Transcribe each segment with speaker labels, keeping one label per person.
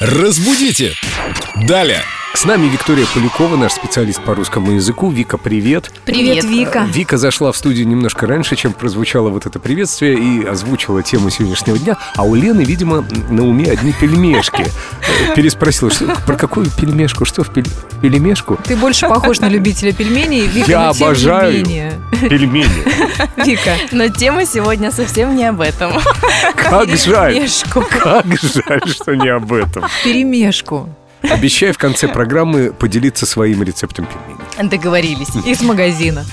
Speaker 1: Разбудите! Далее!
Speaker 2: С нами Виктория Полякова, наш специалист по русскому языку. Вика, привет.
Speaker 3: Привет, Вика.
Speaker 2: Вика зашла в студию немножко раньше, чем прозвучало вот это приветствие и озвучила тему сегодняшнего дня. А у Лены, видимо, на уме одни пельмешки. Э, Переспросила, что, про какую пельмешку? Что в пель- пельмешку?
Speaker 3: э, Ты больше похож на любителя пельменей, Вика.
Speaker 2: Я
Speaker 3: но тем не
Speaker 2: обожаю.
Speaker 3: менее.
Speaker 2: Пельмени.
Speaker 3: Вика,
Speaker 4: Но тема сегодня совсем не об этом.
Speaker 2: Как жаль.
Speaker 4: Пельмешку.
Speaker 2: Как жаль, что не об этом.
Speaker 3: перемешку.
Speaker 2: Обещаю в конце программы поделиться своим рецептом пельменей.
Speaker 4: Договорились.
Speaker 3: Из магазина.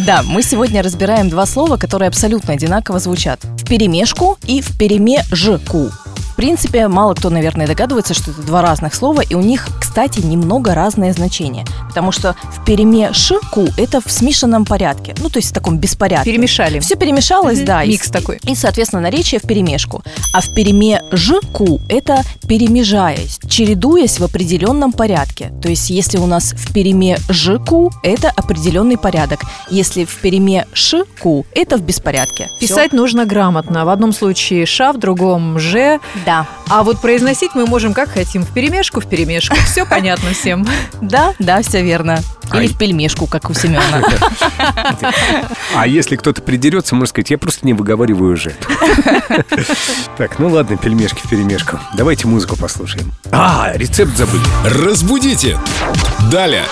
Speaker 4: Да, мы сегодня разбираем два слова, которые абсолютно одинаково звучат. В перемешку и в перемежку. В принципе, мало кто, наверное, догадывается, что это два разных слова, и у них, кстати, немного разное значение. Потому что в перемешку это в смешанном порядке. Ну, то есть в таком беспорядке.
Speaker 3: Перемешали.
Speaker 4: Все перемешалось,
Speaker 3: Мгм.
Speaker 4: да. и-
Speaker 3: Микс такой.
Speaker 4: И, соответственно, наречие в перемешку. А в перемежку это перемежаясь, чередуясь в определенном порядке. То есть, если у нас в перемежку это определенный порядок. Если в перемешку это в беспорядке. Всё.
Speaker 3: Писать нужно грамотно. В одном случае ша, в другом же.
Speaker 4: Да.
Speaker 3: А вот произносить мы можем как хотим. В перемешку, в перемешку. Все понятно всем.
Speaker 4: Да, да, все верно. Или
Speaker 2: Ай.
Speaker 4: в пельмешку, как у Семена.
Speaker 2: А если кто-то придерется, можно сказать, я просто не выговариваю уже. Так, ну ладно, пельмешки в перемешку. Давайте музыку послушаем. А, рецепт забыли.
Speaker 1: Разбудите! Далее!